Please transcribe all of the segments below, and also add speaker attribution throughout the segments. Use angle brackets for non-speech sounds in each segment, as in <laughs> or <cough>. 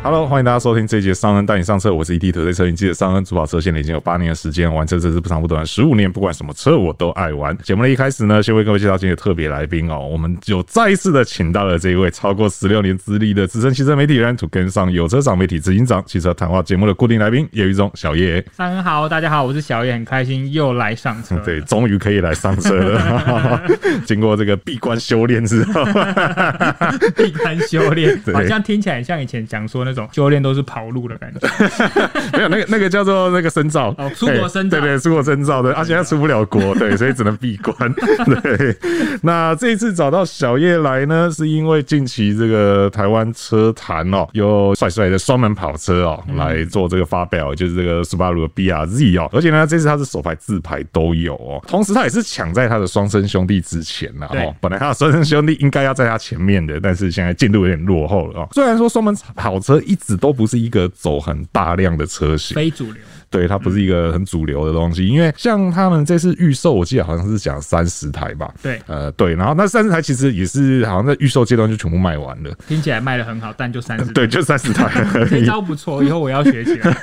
Speaker 1: Hello，欢迎大家收听这一节上恩带你上车，我是 E ET 头在车云记得上恩主跑车现在已经有八年的时间，玩车真是不长不短，十五年，不管什么车我都爱玩。节目的一开始呢，先为各位介绍今天的特别来宾哦，我们有再一次的请到了这一位超过十六年资历的资深汽车媒体人，土跟上有车长媒体执行长、汽车谈话节目的固定来宾叶玉忠小叶。。
Speaker 2: 三人好，大家好，我是小叶，很开心又来上车
Speaker 1: <laughs>
Speaker 2: <laughs>
Speaker 1: 对，，终于可以来上车了， <laughs> 经过这个闭关修炼之后，
Speaker 2: 闭关修炼，
Speaker 1: <laughs> 对
Speaker 2: 好像听起来很像以前讲说那种修炼都是跑路的感觉。
Speaker 1: <laughs> 没有那个那个叫做那个深造
Speaker 2: 哦出国深造哎
Speaker 1: 对对，出国深造的，而且他出不了国，对，所以只能闭关。 <laughs> 对，那这一次找到小叶来呢，是因为近期这个台湾车坛哦，有帅帅的双门跑车哦
Speaker 2: 嗯
Speaker 1: 来做这个发表，就是这个 Subaru 的 BRZ 哦，而且呢，这次他是手牌自牌都有哦，同时他也是抢在他的双生兄弟之前呐、
Speaker 2: 对
Speaker 1: 哦，本来他的双生兄弟应该要在他前面的，但是现在进度有点落后了哦。虽然说双门跑车一直都不是一个走很大量的车型，
Speaker 2: 非主流，
Speaker 1: 对，它不是一个很主流的东西，因为像他们这次预售，我记得好像是讲三十台吧。
Speaker 2: 对
Speaker 1: 呃，对，然后那三十台其实也是好像在预售阶段就全部卖完了，
Speaker 2: 听起来卖的很好，但就三十。
Speaker 1: <laughs> 对，，就三十台而
Speaker 2: 这
Speaker 1: 已。
Speaker 2: <laughs> 招不错，以后我要学起
Speaker 1: <laughs>
Speaker 2: 来。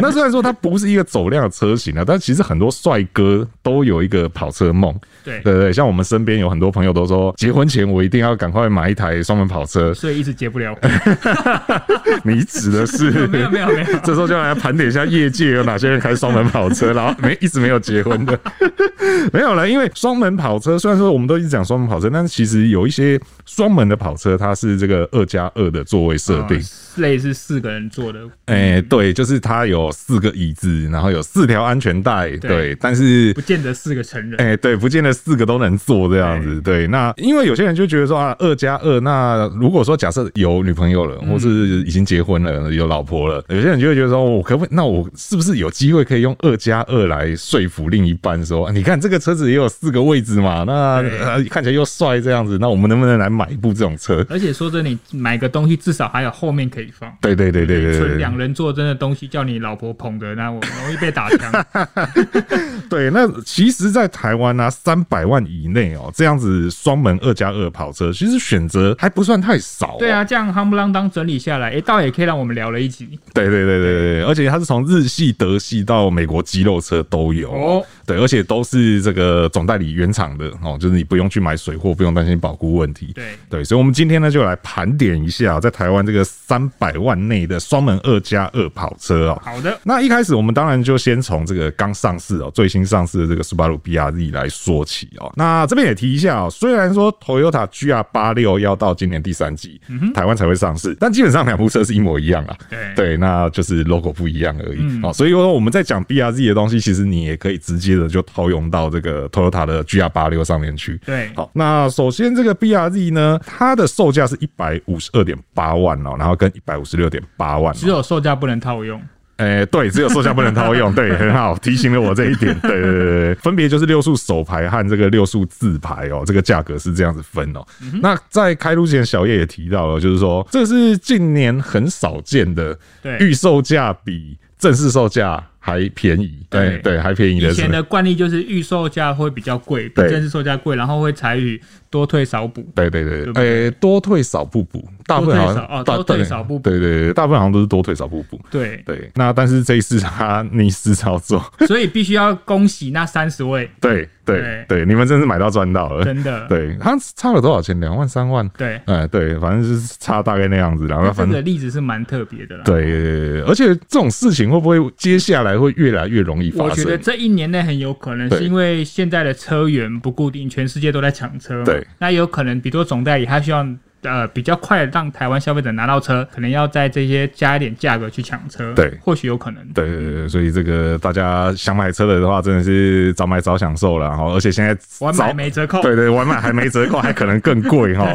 Speaker 1: 那虽然说它不是一个走量的车型啊，但其实很多帅哥都有一个跑车梦。
Speaker 2: 对，。
Speaker 1: 对对，像我们身边有很多朋友都说，结婚前我一定要赶快买一台双门跑车
Speaker 2: 所以一直结不了
Speaker 1: <laughs>
Speaker 2: 婚。
Speaker 1: 你指的是
Speaker 2: <laughs> 没有没有没有，
Speaker 1: 这时候就来盘点一下业界有哪些人开双门跑车，然后没一直没有结婚
Speaker 2: <laughs>
Speaker 1: 的，没有了。因为双门跑车虽然说我们都一直讲双门跑车，但是其实有一些双门的跑车，它是这个二加二的座位设定
Speaker 2: 哦。类似四个人坐的，
Speaker 1: 哎、对，就是它有四个椅子，然后有四条安全带，对，但是
Speaker 2: 不见得四个成人。
Speaker 1: 哎、对，不见得四个都能做这样子。对，那因为有些人就觉得说啊，二加二，那如果说假设有女朋友了，
Speaker 2: 嗯
Speaker 1: 或是已经结婚了，有老婆了，有些人就会觉得说，我可不可以？那我是不是有机会可以用二加二来说服另一半说，啊你看这个车子也有四个位置嘛，那、
Speaker 2: 对
Speaker 1: 呃看起来又帅这样子，那我们能不能来买一部这种车？
Speaker 2: 而且说真的，你买个东西至少还有后面可以放。
Speaker 1: 对对对对对对
Speaker 2: 纯
Speaker 1: 对
Speaker 2: 两人座真的东西叫你老婆捧的，那我容易被打枪。
Speaker 1: <laughs> 对，那其实，在台湾呢、啊，三百万以内哦，这样子双门二加二跑车，其实选择还不算太少、哦
Speaker 2: 对，啊，这样夯不啷当整理下来，哎、倒也可以让我们聊了一集。
Speaker 1: 对对对对对，而且它是从日系、德系到美国肌肉车都有
Speaker 2: 哦
Speaker 1: 对，而且都是这个总代理原厂的哦，就是你不用去买水货，不用担心保固问题。
Speaker 2: 对
Speaker 1: 对，所以我们今天呢就来盘点一下在台湾这个三百万内的双门二加二跑车哦。
Speaker 2: 好的，
Speaker 1: 那一开始我们当然就先从这个刚上市哦，最新上市的这个 Subaru BRZ 来说起哦。那这边也提一下哦，虽然说 Toyota GR 八六要到今年第三季、台湾才会上市，但基本上两部车是一模一样啊。
Speaker 2: 对
Speaker 1: 对，那就是 logo 不一样而已。哦，所以说我们在讲 BRZ 的东西，其实你也可以直接的就套用到这个 Toyota 的 GR 八六上面去。
Speaker 2: 对
Speaker 1: 好，那首先这个 BRZ 呢，它的售价是一百五十二点八万哦，然后跟一百五十六点八万、哦，
Speaker 2: 只有售价不能套用。
Speaker 1: 诶、哎对，只有售价不能套用，
Speaker 2: <laughs>
Speaker 1: 对，很好，提醒了我这一点。对对对对对，分别就是六速手牌和这个六速自牌哦，这个价格是这样子分哦。
Speaker 2: 嗯
Speaker 1: 那在开录前，小叶也提到了，就是说这是近年很少见的
Speaker 2: 对
Speaker 1: 预售价比正式售价还便宜，对
Speaker 2: 对
Speaker 1: 对，还便宜的
Speaker 2: 以
Speaker 1: 是
Speaker 2: 前的惯例就是预售价会比较贵，比
Speaker 1: 对
Speaker 2: 正式售价贵，然后会采取多退少补。
Speaker 1: 对对对，
Speaker 2: 对不
Speaker 1: 诶、多退少不补，大部分好
Speaker 2: 多退少
Speaker 1: 像
Speaker 2: 哦
Speaker 1: 大
Speaker 2: 多退少不补
Speaker 1: 对对对，大部分好像都是多退少不补。
Speaker 2: 对，
Speaker 1: 对，那但是这一次他逆势操作，
Speaker 2: 所以必须要恭喜那三十位，
Speaker 1: 对对
Speaker 2: 对
Speaker 1: 对，你们真是买到赚到了，
Speaker 2: 真的
Speaker 1: <laughs> 对，它差了多少钱？两万三万？
Speaker 2: 对
Speaker 1: 哎、对，反正就是差大概那样子啦，然后
Speaker 2: 这
Speaker 1: 反
Speaker 2: 个
Speaker 1: 正。
Speaker 2: 例子是蛮特别的啦。，
Speaker 1: 对，而且这种事情会不会接下来会越来越容易发
Speaker 2: 我觉得
Speaker 1: 生？
Speaker 2: 这一年内很有可能
Speaker 1: 对
Speaker 2: 是因为现在的车源不固定，全世界都在抢车嘛。
Speaker 1: 对
Speaker 2: 那有可能，比如说总代理他希望。呃，比较快地让台湾消费者拿到车，可能要在这些加一点价格去抢车，
Speaker 1: 对
Speaker 2: 或许有可能。
Speaker 1: 对对对对，所以这个大家想买车的话，真的是早买早享受了哈。而且现在
Speaker 2: 我
Speaker 1: 早
Speaker 2: 买没折
Speaker 1: <laughs>
Speaker 2: 扣，
Speaker 1: 对对，晚买还没折扣，还可能更贵
Speaker 2: <laughs>
Speaker 1: 哈。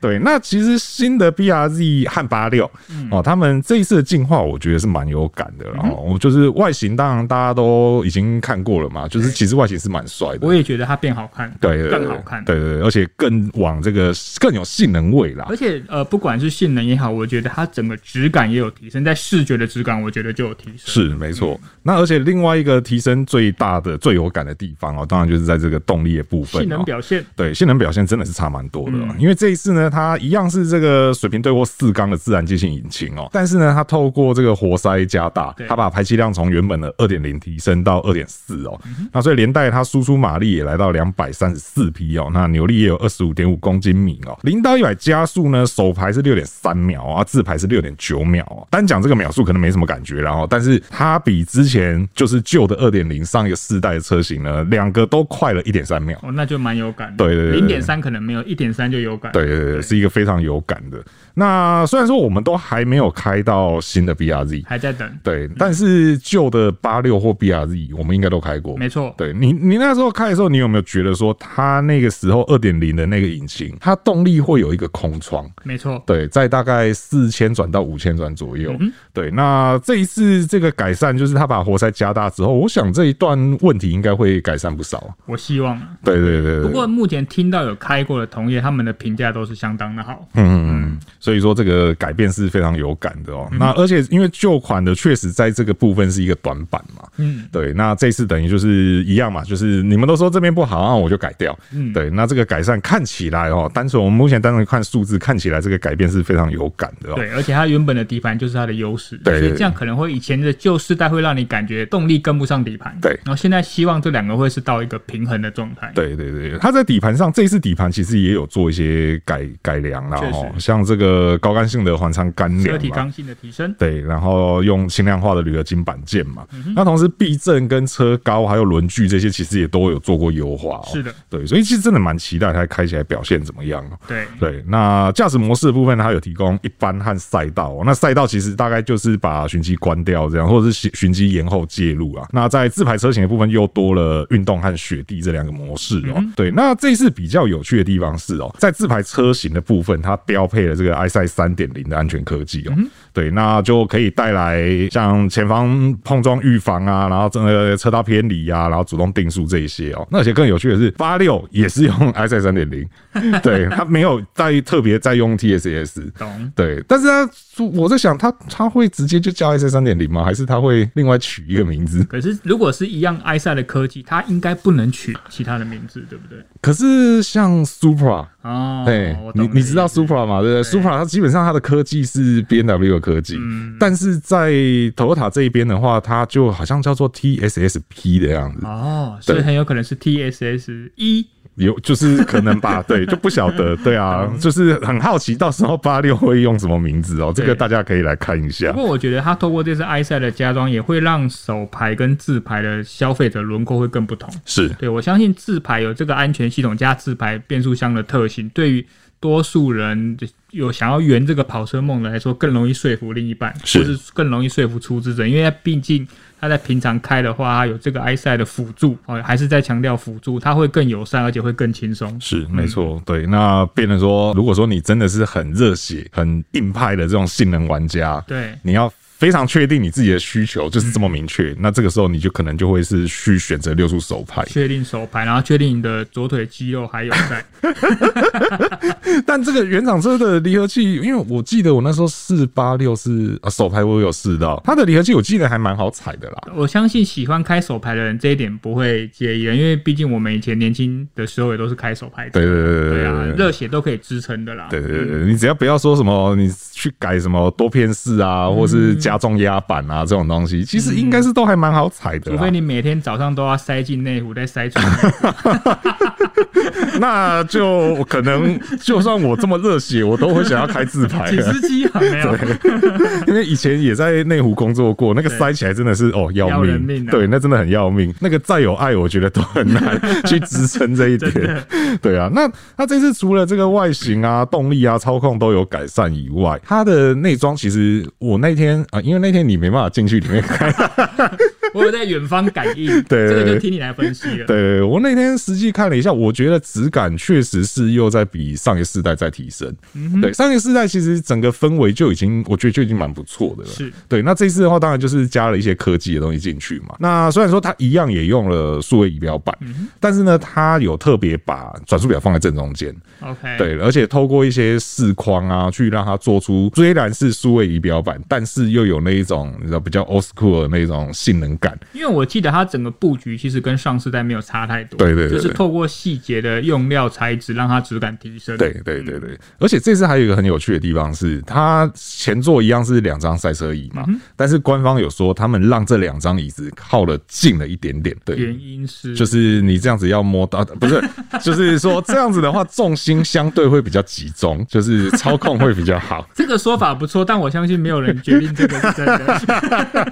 Speaker 1: 对，那其实新的 BRZ 和八六、
Speaker 2: 嗯
Speaker 1: 哦，他们这一次的进化，我觉得是蛮有感的啦。然后、我就是外形，当然大家都已经看过了嘛，就是其实外形是蛮帅的
Speaker 2: 我。也觉得它变好看，
Speaker 1: 对对，对
Speaker 2: 更好看。
Speaker 1: 对对，对而且更往这个更有性能味啦
Speaker 2: 而。且呃，不管是性能也好，我觉得它整个质感也有提升，在视觉的质感，我觉得就有提升。
Speaker 1: 是没错，那而且另外一个提升最大的、最有感的地方哦，当然就是在这个动力的部分、哦。
Speaker 2: 性能表现，
Speaker 1: 对性能表现真的是差蛮多的、哦因为这一次呢，呢，它一样是这个水平对过四缸的自然进气引擎哦，但是呢，它透过这个活塞加大
Speaker 2: 对，
Speaker 1: 它把排气量从原本的二点零提升到二点四哦，那所以连带它输出马力也来到两百三十四匹哦，那扭力也有二十五点五公斤米哦，零到一百加速呢，手排是六点三秒啊，自排是六点九秒哦，单讲这个秒数可能没什么感觉啦哦，然后但是它比之前就是旧的二点零上一个世代的车型呢，两个都快了一点三秒。
Speaker 2: 哦，那就蛮有感的。
Speaker 1: 对对对对
Speaker 2: 零点三可能没有，一点三就有感。
Speaker 1: 对对对，是一个非常有感的。那虽然说我们都还没有开到新的 BRZ，
Speaker 2: 还在等，
Speaker 1: 对，但是旧的八六或 BRZ 我们应该都开过。
Speaker 2: 没错。
Speaker 1: 对你，你那时候开的时候，你有没有觉得说它那个时候二点零的那个引擎，它动力会有一个空窗？
Speaker 2: 没错，
Speaker 1: 对，在大概四千转到五千转左右。对，那这一次这个改善就是它把活塞加大之后，我想这一段问题应该会改善不少。
Speaker 2: 我希望。
Speaker 1: 对对对对。
Speaker 2: 不过目前听到有开过的同业，他们的评价都是相当的好。
Speaker 1: 嗯，所以说这个改变是非常有感的哦。
Speaker 2: 嗯
Speaker 1: 那而且因为旧款的确实在这个部分是一个短板嘛，
Speaker 2: 嗯，
Speaker 1: 对。那这次等于就是一样嘛，就是你们都说这边不好，那我就改掉。
Speaker 2: 嗯
Speaker 1: 对。那这个改善看起来哦，单纯我们目前单纯看数字，看起来这个改变是非常有感的哦。
Speaker 2: 对，而且它原本的底盘就是它的优势，
Speaker 1: 对对对
Speaker 2: 所以这样可能会以前的旧世代会让你感觉动力跟不上底盘，
Speaker 1: 对
Speaker 2: 然后现在希望这两个会是到一个平衡的状态，，
Speaker 1: 对对对，它在底盘上这一次底盘其实也有做一些改改良啦
Speaker 2: 确实
Speaker 1: 哦，像这个高干性的环舱干啊
Speaker 2: 车
Speaker 1: 梁
Speaker 2: 体
Speaker 1: 嘛
Speaker 2: 刚性的提升，
Speaker 1: 对，然后用轻量化的铝合金板件嘛。
Speaker 2: 嗯
Speaker 1: 那同时避震跟车高还有轮距这些，其实也都有做过优化、哦。
Speaker 2: 是的，
Speaker 1: 对，所以其实真的蛮期待它开起来表现怎么样哦。
Speaker 2: 对，
Speaker 1: 对，那驾驶模式的部分，它有提供一般和赛道、哦。那赛道其实大概就是把循迹关掉这样，或者是循循迹延后介入啊。那在自排车型的部分，又多了运动和雪地这两个模式哦。对，那这一次比较有趣的地方是哦，在自排车型的部分，它标配了这个 i 赛三点零的安全科技哦。对，那就可以带来像前方碰撞预防啊，然后这个车道偏离啊，然后主动定速这一些哦。那而且更有趣的是，八六也是用 i 赛三点零。 <laughs> 对他没有在特别在用 TSS，
Speaker 2: 懂。
Speaker 1: 对，但是他我在想他他会直接就叫 S 三点零吗？还是他会另外取一个名字？
Speaker 2: 可是，如果是一样埃塞的科技，它应该不能取其他的名字，对不对？
Speaker 1: 可是像 Supra，
Speaker 2: 哦，
Speaker 1: 哎、
Speaker 2: 我懂
Speaker 1: 你
Speaker 2: 的
Speaker 1: 你知道
Speaker 2: 意思
Speaker 1: Supra 嘛？对不对？Supra 它基本上它的科技是 B N W 的科技，
Speaker 2: 嗯
Speaker 1: 但是在 Toyota 这一边的话，它就好像叫做 TSSP 的样子，
Speaker 2: 哦，所以
Speaker 1: 对
Speaker 2: 很有可能是 TSS 一，
Speaker 1: 有就是可能吧，对，就不晓得，对啊，就是很好奇到时候八六会用什么名字哦，这个
Speaker 2: 对
Speaker 1: 大家可以来看一下
Speaker 2: 不。过我觉得它透过这次埃塞的加装，也会让手牌跟自牌的消费者轮廓会更不同。
Speaker 1: 是，
Speaker 2: 对我相信自排有这个安全系统加自排变速箱的特性，对于多数人就有想要圆这个跑车梦的来说，更容易说服另一半，
Speaker 1: 是
Speaker 2: 或是更容易说服出资者，因为他毕竟他在平常开的话，他有这个埃塞的辅助哦，还是在强调辅助，他会更友善，而且会更轻松。
Speaker 1: 是没错，对。那变成说，如果说你真的是很热血、很硬派的这种性能玩家，
Speaker 2: 对
Speaker 1: 你要非常确定你自己的需求就是这么明确，那这个时候你就可能就会是去选择六出手牌。
Speaker 2: 确定手牌，然后确定你的左腿肌肉还有在，
Speaker 1: <laughs> 但这个原厂车的离合器，因为我记得我那时候四八六是啊手牌，我有试到它的离合器，我记得还蛮好踩的啦。
Speaker 2: 我相信喜欢开手牌的人这一点不会介意的，因为毕竟我们以前年轻的时候也都是开手牌的。
Speaker 1: 对对对对嗯
Speaker 2: 对啊，
Speaker 1: 对对。
Speaker 2: 热血都可以支撑的啦。
Speaker 1: 对对对，你只要不要说什么，你去改什么多片式啊，或是加重压板啊这种东西，其实应该是都还蛮好踩的啦。
Speaker 2: 除非你每天早上都要塞进内湖，再塞出
Speaker 1: <laughs>
Speaker 2: 来。
Speaker 1: 那就可能，就算我这么热血，我都会想要开自排
Speaker 2: 几
Speaker 1: 的，
Speaker 2: 十机啊，没有。
Speaker 1: 因为以前也在内湖工作过，那个塞起来真的是哦要
Speaker 2: 要
Speaker 1: 命，
Speaker 2: 人命啊
Speaker 1: 对，那真的很要命。那个再有爱，我觉得都很难去支撑这一点。 <laughs> 对啊，那那这次除了这个外形啊、动力啊、操控都有改善以外，它的内装其实我那天啊，因为那天你没办法进去里面看，
Speaker 2: <laughs> 我有在远方感应，
Speaker 1: <laughs> 对
Speaker 2: 这个就听你来分析了。
Speaker 1: 对我那天实际看了一下，我觉得质感确实是又在比上一个世代在提升。对，上一个世代其实整个氛围就已经，我觉得就已经蛮不错的了。
Speaker 2: 是
Speaker 1: 对，那这次的话，当然就是加了一些科技的东西进去嘛。那虽然说它一样也用了数位仪表板，但是呢，它有特别把转速表放在正中间。
Speaker 2: OK，，
Speaker 1: 对，而且透过一些视框啊，去让它做出虽然是数位仪表板，但是又有那一种你知道比较 old school 的那种性能感。
Speaker 2: 因为我记得它整个布局其实跟上世代没有差太多，
Speaker 1: 对对对
Speaker 2: 就是
Speaker 1: 对
Speaker 2: 透过细节的用料材质让它质感提升。
Speaker 1: 对对对对，而且这次还有一个很有趣的地方是，它前座一样是两张赛车椅嘛，
Speaker 2: 嗯
Speaker 1: 但是官方有说他们让这两张椅子靠了近了一点点，对
Speaker 2: 原。因是
Speaker 1: 就是你这样子要摸到，不是， <laughs> 就是说这样子的话，重心相对会比较集中，就是操控会比较好。 <laughs>
Speaker 2: 这个说法不错，但我相信没有人决定这个是
Speaker 1: <laughs>
Speaker 2: 真的。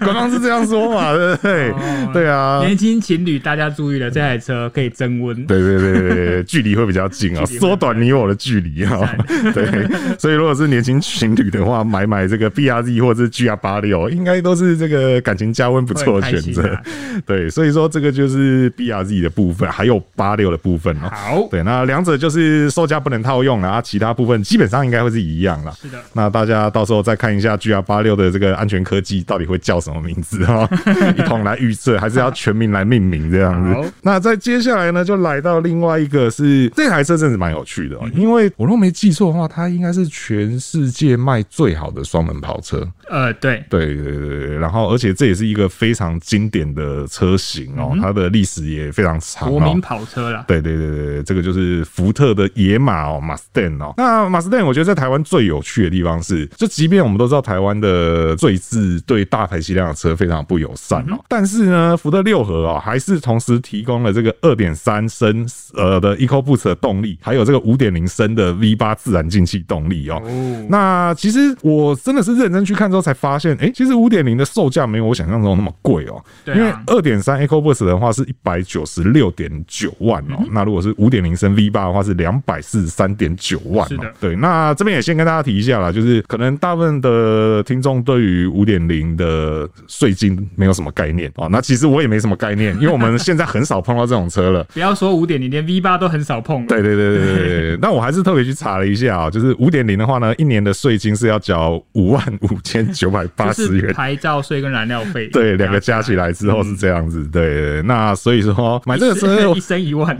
Speaker 1: 官方是这样说嘛，对不对？
Speaker 2: 哦
Speaker 1: 对啊，
Speaker 2: 年轻情侣，大家注意了，这台车可以增温。
Speaker 1: 对对对对对，距离会比较近啊、
Speaker 2: 距离会
Speaker 1: 缩短你我的距离啊、对，所以如果是年轻情侣的话，买买这个 B R Z 或者是 G R 八六，应该都是这个感情加温不错的选择。
Speaker 2: 会很开
Speaker 1: 对，所以说这个就是 B R Z 的部分，还有八六的部分哦、
Speaker 2: 好，
Speaker 1: 对，那两者就是售价不能套用啊，其他部分基本上应该会是一样啦。
Speaker 2: 是的
Speaker 1: 那大家到时候再看一下 G R 八六的这个安全科技到底会叫什么名字
Speaker 2: <laughs>
Speaker 1: 哈、一同来预测，还是要全名来命名这样
Speaker 2: 好
Speaker 1: 子。那在接下来呢，就来到另外一个是这台车，真是蛮有趣的、哦，
Speaker 2: 嗯
Speaker 1: 因为我如果没记错的话，它应该是全世界卖最好的双门跑车。
Speaker 2: 呃，对，
Speaker 1: 对对对对对，然后而且这也是一个非常经典的车型哦，它的历史也非常长、哦。
Speaker 2: 嗯国民跑车啦。
Speaker 1: 对对对对对，这个就是福特的野马哦，Mustang 哦。那 Mustang 我觉得在台湾最有趣的地方是，就即便我们都知道台湾的税制对大排气量的车非常不友善哦，但是呢，福特六合哦还是同时提供了这个二点三升呃的 EcoBoost 的动力，还有这个五点零升的 V 八自然进气动力哦。
Speaker 2: 哦，
Speaker 1: 那其实我真的是认真去看之后才发现，诶，其实五点零的售价没有我想象中那么贵哦、
Speaker 2: 对啊
Speaker 1: 因为二点三 EcoBoost 的话是一百九十六点九万
Speaker 2: 嗯
Speaker 1: 哦、那如果是五点零升 V 八的话是两百四十三点九万、哦。
Speaker 2: 是的
Speaker 1: 对。那这边也先跟大家提一下啦，就是可能大部分的听众对于五点零的税金没有什么概念哦、那其实我也没什么概念，因为我们现在很少碰到这种车了。
Speaker 2: 不要说五点零，连 V 八都很少碰了。
Speaker 1: 对对对对对对。那我还是特别去查了一下啊、就是五点零的话呢，一年的税金是要缴五万五千九百八
Speaker 2: 就
Speaker 1: 十
Speaker 2: 是
Speaker 1: 元。 <laughs>
Speaker 2: 牌照税跟燃料费，，
Speaker 1: 对，两个加起来之后是这样子，对对对。那所以说买这个车
Speaker 2: <laughs> 一升一万，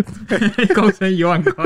Speaker 2: 一公升一万块，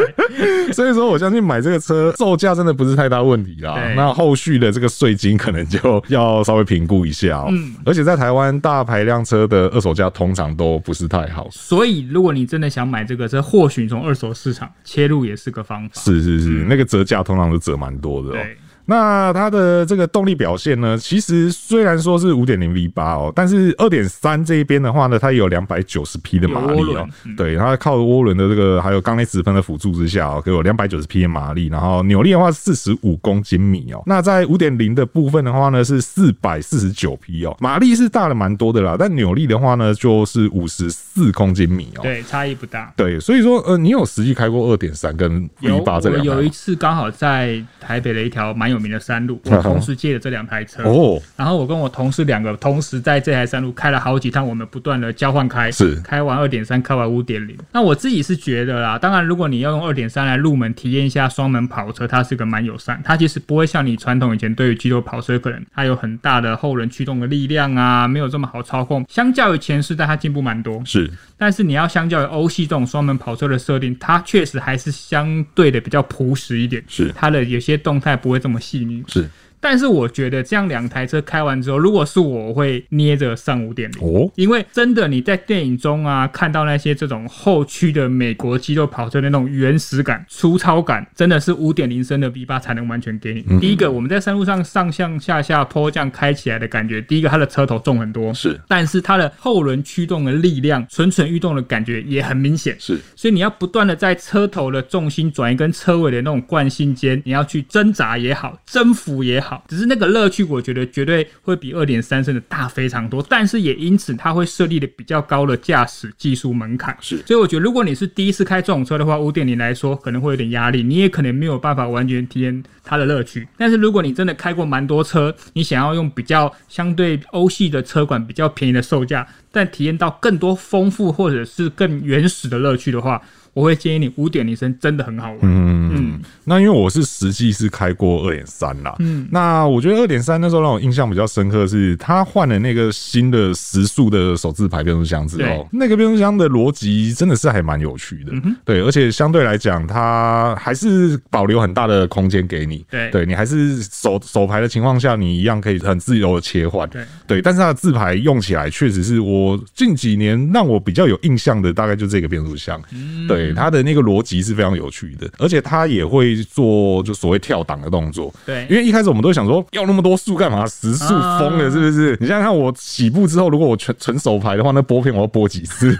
Speaker 1: 所以说我相信买这个车售价真的不是太大问题啦
Speaker 2: 对。
Speaker 1: 那后续的这个税金可能就要稍微评估一下哦、
Speaker 2: 嗯
Speaker 1: 而且在台湾大排量车的二手价通常都不是太好
Speaker 2: 所以如果你真的想买这个车，或许从二手市场切入也是个方法。
Speaker 1: 是是是，嗯那个折价通常都折蛮多的、哦。
Speaker 2: 对，
Speaker 1: 那它的这个动力表现呢，其实虽然说是五点零 V 八哦，但是二点三这一边的话呢，它也有两百九十匹的马
Speaker 2: 有涡
Speaker 1: 力哦
Speaker 2: 轮，嗯
Speaker 1: 对，它靠涡轮的这个还有缸内直喷的辅助之下哦，给我两百九十匹的马力，然后扭力的话四十五公斤米哦。那在五点零的部分的话呢，是四百四十九匹哦，马力是大了蛮多的啦，但扭力的话呢，就是五十四公斤米哦。
Speaker 2: 对，差异不大。
Speaker 1: 对，所以说，呃，你有实际开过二点三跟
Speaker 2: 有
Speaker 1: V 八
Speaker 2: 我
Speaker 1: 这两台
Speaker 2: 有
Speaker 1: 吗
Speaker 2: 一次刚好在台北的一条蛮有名的山路，我同时借了这两台车，
Speaker 1: 哦，
Speaker 2: 然后我跟我同事两个同时在这台山路开了好几趟，我们不断的交换开，
Speaker 1: 是
Speaker 2: 开完二点三，开完五点零。那我自己是觉得啦，当然如果你要用二点三来入门体验一下双门跑车，它是个蛮友善，它其实不会像你传统以前对于肌肉跑车可能它有很大的后轮驱动的力量啊，没有这么好操控。相较于前世代，它进步蛮多。
Speaker 1: 是
Speaker 2: 但是你要相较于欧系这种双门跑车的设定，它确实还是相对的比较朴实一点，
Speaker 1: 是
Speaker 2: 它的有些动态不会这么细腻。
Speaker 1: 是
Speaker 2: 但是我觉得这样两台车开完之后，如果是我，我会捏着上五点零。
Speaker 1: 哦，
Speaker 2: 因为真的你在电影中啊看到那些这种后驱的美国肌肉跑车的那种原始感、粗糙感，真的是五点零升的 V 八才能完全给你。第一个，我们在山路上上上下下坡这样开起来的感觉，第一个它的车头重很多，
Speaker 1: 是
Speaker 2: 但是它的后轮驱动的力量、蠢蠢欲动的感觉也很明显。
Speaker 1: 是
Speaker 2: 所以你要不断的在车头的重心转移跟车尾的那种惯性间，你要去挣扎也好，征服也好，只是那个乐趣，我觉得绝对会比二点三升的大非常多。但是也因此，它会设立的比较高的驾驶技术门槛。
Speaker 1: 是
Speaker 2: 所以我觉得如果你是第一次开这种车的话，五点零来说可能会有点压力，你也可能没有办法完全体验它的乐趣。但是如果你真的开过蛮多车，你想要用比较相对欧系的车款比较便宜的售价，但体验到更多丰富或者是更原始的乐趣的话，我会建议你五点零升真的很好玩。
Speaker 1: 嗯，那因为我是实际是开过二点三啦，嗯，那我觉得二点三那时候让我印象比较深刻是，它换了那个新的时速的手自排变速箱之后
Speaker 2: 对，嗯
Speaker 1: 那个变速箱的逻辑真的是还蛮有趣的，对，而且相对来讲，它还是保留很大的空间给你，
Speaker 2: 对
Speaker 1: 对你还是手手排的情况下，你一样可以很自由的切换，
Speaker 2: 对
Speaker 1: 对，但是它的自排用起来确实是我近几年让我比较有印象的，大概就这个变速箱，
Speaker 2: 嗯
Speaker 1: 对它的那个逻辑是非常有趣的，而且它也会做就所谓跳档的动作。
Speaker 2: 对
Speaker 1: 因为一开始我们都想说要那么多数干嘛？时速
Speaker 2: 啊
Speaker 1: 疯了是不是？你想想看，我起步之后，如果我全纯手排的话，那拨片我要拨几次？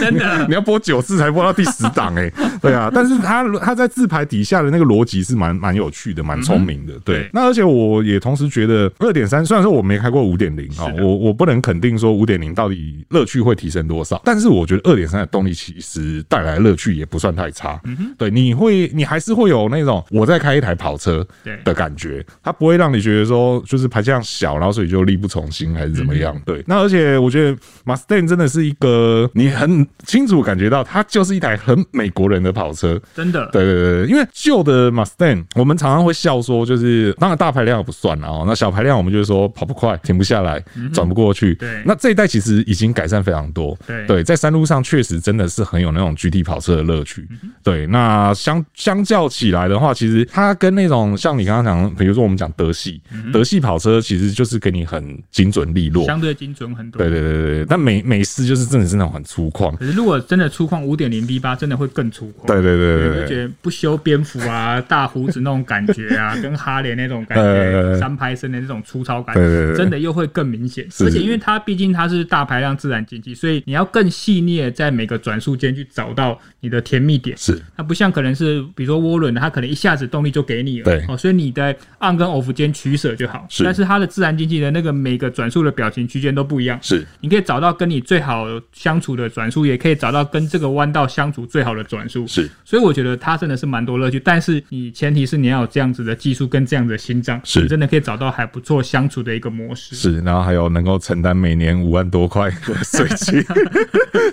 Speaker 2: 真 <laughs> 的，
Speaker 1: 你要播九次才播到第十档哎、对啊，但是他他在自排底下的那个逻辑是蛮蛮有趣的，蛮聪明的。对
Speaker 2: 对，
Speaker 1: 那而且我也同时觉得二点三，虽然说我没开过五点零啊，我我不能肯定说五点零到底乐趣会提升多少，但是我觉得二点三的动力其实带来的乐趣也不算太差。对，你会你还是会有那种我在开一台跑车
Speaker 2: 对
Speaker 1: 的感觉，它不会让你觉得说就是排气量小，然后所以就力不从心还是怎么样。对，嗯那而且我觉得 Mustang 真的是一个你很清楚感觉到它就是一台很美国人的跑车。
Speaker 2: 真的，
Speaker 1: 对对对，对因为旧的 Mustang 我们常常会笑说，就是当然大排量不算啦哦，那小排量我们就是说跑不快，停不下来，转不过去。
Speaker 2: 对
Speaker 1: 那这一代其实已经改善非常多。
Speaker 2: 对
Speaker 1: 对，在山路上确实真的是很有那种 GT 跑车的乐趣。对，那相相较起来的话，其实它跟那种像你刚刚讲，比如说我们讲德系，德系跑车其实就是给你很精准利落。
Speaker 2: 相对精准很多。
Speaker 1: 对对对对对，但美美式就是真的是那种很粗犷。
Speaker 2: 可是如果真的粗犷五点零 V 八，真的会更粗犷。
Speaker 1: 对对对对
Speaker 2: 对，
Speaker 1: 对
Speaker 2: 就觉得不修边幅啊，大胡子那种感觉
Speaker 1: <laughs>
Speaker 2: 啊，跟哈雷那种感觉，
Speaker 1: 呃
Speaker 2: 三拍身的那种粗糙感，
Speaker 1: 对对对
Speaker 2: 真的又会更明显。
Speaker 1: 是
Speaker 2: 而且因为它毕竟它是大排量自然进气，所以你要更细腻的在每个转速间去找到你的甜蜜点。
Speaker 1: 是
Speaker 2: 它不像可能是比如说涡轮的，它可能一下子动力就给你了，
Speaker 1: 对
Speaker 2: 哦，所以你在 on 跟 off 间取舍就好。
Speaker 1: 是
Speaker 2: 但是它的自然进气的那个每个转速的表情区间都不一样，
Speaker 1: 是，
Speaker 2: 你可以找到跟你最好相处的转速，也可以找到跟这个弯道相处最好的转速。
Speaker 1: 是，
Speaker 2: 所以我觉得它真的是蛮多乐趣，但是你前提是你要有这样子的技术跟这样子的心脏，
Speaker 1: 是
Speaker 2: 你真的可以找到还不错相处的一个模式。
Speaker 1: 是，然后还有能够承担每年五万多块的税金，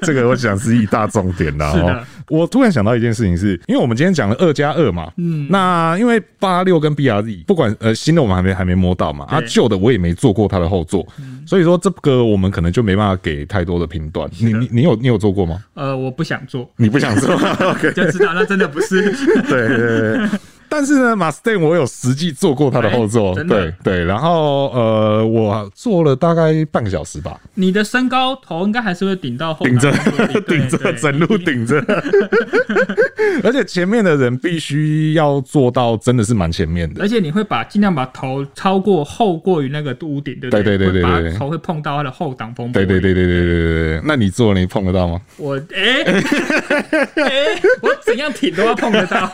Speaker 1: 这个我想是一大重点啦。
Speaker 2: 是的
Speaker 1: 哦，我突然想到一件事情是，因为我们今天讲了二加二嘛，嗯，那因为八六跟 BRZ 不管呃新的我们还没还没摸到嘛，啊
Speaker 2: 对
Speaker 1: 旧的我也没做过它的后座，所以说这个我们可能就没办法给太多的评断。你你你有你有做过吗？
Speaker 2: 呃，我不想做，
Speaker 1: 你不想做 <laughs> ？OK，
Speaker 2: 就知道那真的不 <laughs> 是。
Speaker 1: 对对对对。但是呢，马斯 n 我有实际坐过它的后座，
Speaker 2: 哎真的
Speaker 1: 对对，然后呃，我坐了大概半个小时吧，
Speaker 2: 你的身高头应该还是会顶到后
Speaker 1: 顶着
Speaker 2: 挡风玻璃
Speaker 1: <laughs> 顶着
Speaker 2: 对对
Speaker 1: 整路顶着，而且前面的人必须要做到真的是蛮前面的
Speaker 2: 而，且你会把尽量把头超过后过于那个屋顶，对不
Speaker 1: 对对对对
Speaker 2: 会把
Speaker 1: 对对
Speaker 2: 头会碰到它的后挡风玻璃。
Speaker 1: 对对对对对对对对，那你坐你碰得到 <laughs> 吗？
Speaker 2: 我哎哎、我怎样挺都要碰得到，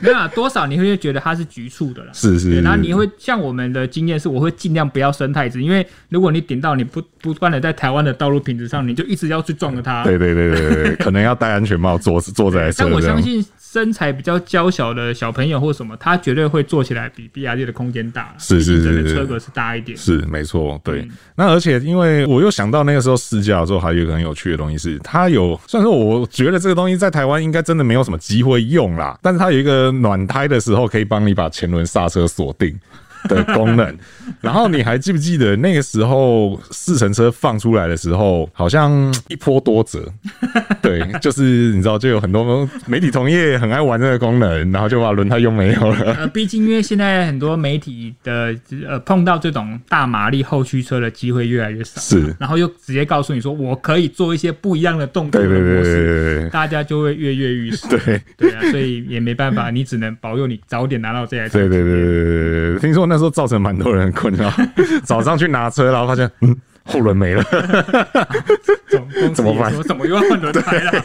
Speaker 2: 没有、啊、多少你会觉得它是局促的啦。
Speaker 1: 是是
Speaker 2: 对，
Speaker 1: 是，
Speaker 2: 然后你会像我们的经验是，我会尽量不要升太直，因为如果你顶到你不不断的在台湾的道路品质上，你就一直要去撞着它。
Speaker 1: 对啊对对对对，对可能要戴安全帽坐坐在车
Speaker 2: 但我
Speaker 1: 这样
Speaker 2: 相。信身材比较娇小的小朋友或什么，他绝对会坐起来比 B R D 的空间大啦，
Speaker 1: 是是
Speaker 2: 毕竟整
Speaker 1: 是
Speaker 2: 个
Speaker 1: 是
Speaker 2: 车格是大一点。
Speaker 1: 是没错，对。
Speaker 2: 嗯
Speaker 1: 那而且因为我又想到那个时候试驾的时候，还有一个很有趣的东西是，它有虽然说我觉得这个东西在台湾应该真的没有什么机会用啦，但是它有一个暖胎的时候可以帮你把前轮刹车锁定。
Speaker 2: <laughs>
Speaker 1: 的功能，然后你还记不记得那个时候四乘车放出来的时候，好像一波多折，
Speaker 2: <laughs>
Speaker 1: 对，就是你知道，就有很多媒体同业很爱玩这个功能，然后就把轮胎用没有
Speaker 2: <laughs>
Speaker 1: 了。
Speaker 2: 呃，毕竟因为现在很多媒体的呃碰到这种大马力后驱车的机会越来越少，
Speaker 1: 是
Speaker 2: 然后又直接告诉你说我可以做一些不一样的动作
Speaker 1: 对
Speaker 2: 的
Speaker 1: 对对
Speaker 2: 模
Speaker 1: 对
Speaker 2: 式，
Speaker 1: 对对
Speaker 2: 大家就会跃跃欲试。
Speaker 1: 对对。
Speaker 2: 对啊，所以也没办法，你只能保佑你早点拿到这台车。
Speaker 1: 对对对对对对，听说那时候造成蛮多人的困扰，早上去拿车，然后发现嗯后轮没了， <laughs>
Speaker 2: 总公司
Speaker 1: 怎么办
Speaker 2: 也说怎么又要换轮胎了？